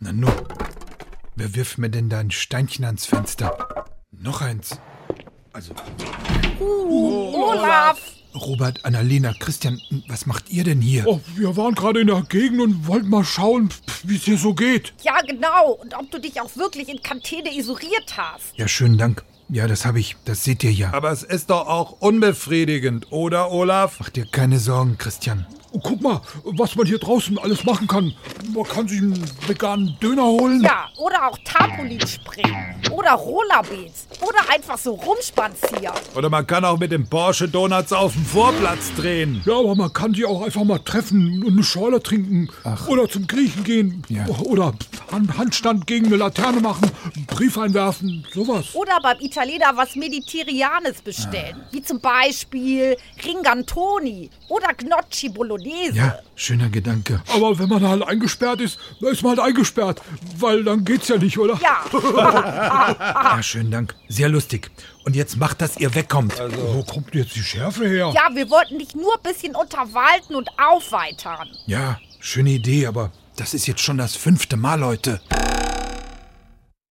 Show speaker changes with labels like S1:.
S1: Na nu, wer wirft mir denn da ein Steinchen ans Fenster? Noch eins. Also,
S2: Olaf!
S1: Robert, Annalena, Christian, was macht ihr denn hier?
S3: Oh, wir waren gerade in der Gegend und wollten mal schauen, wie es hier so geht.
S2: Ja, genau. Und ob du dich auch wirklich in Kantine isoliert hast.
S1: Ja, schönen Dank. Ja, das habe ich. Das seht ihr ja.
S4: Aber es ist doch auch unbefriedigend, oder Olaf?
S1: Mach dir keine Sorgen, Christian.
S3: Oh, Guck mal, was man hier draußen alles machen kann. Man kann sich einen veganen Döner holen.
S2: Ja, oder auch Tapolin-Springen. Oder Rollerbeats. Oder einfach so rumspazieren.
S4: Oder man kann auch mit dem Porsche Donuts auf dem Vorplatz drehen.
S3: Ja, aber man kann die auch einfach mal treffen und eine Schorle trinken. Oder zum Griechen gehen.
S1: Ja.
S3: Oder Hand- Handstand gegen eine Laterne machen, einen Brief einwerfen, sowas.
S2: Oder beim Italiener was Mediterranes bestellen. Wie zum Beispiel Ringantoni oder Gnocchi Bolognese.
S1: Ja, schöner Gedanke.
S3: Aber wenn man halt eingesperrt ist, dann ist man halt eingesperrt. Weil dann geht's ja nicht, oder?
S2: Ja,
S1: Ja, schönen Dank. Sehr lustig. Und jetzt macht, dass ihr wegkommt.
S3: Also, Wo kommt jetzt die Schärfe her?
S2: ja, wir wollten dich nur ein bisschen unterwalten und aufweitern.
S1: Ja, schöne Idee, aber das ist jetzt schon das fünfte Mal, Leute.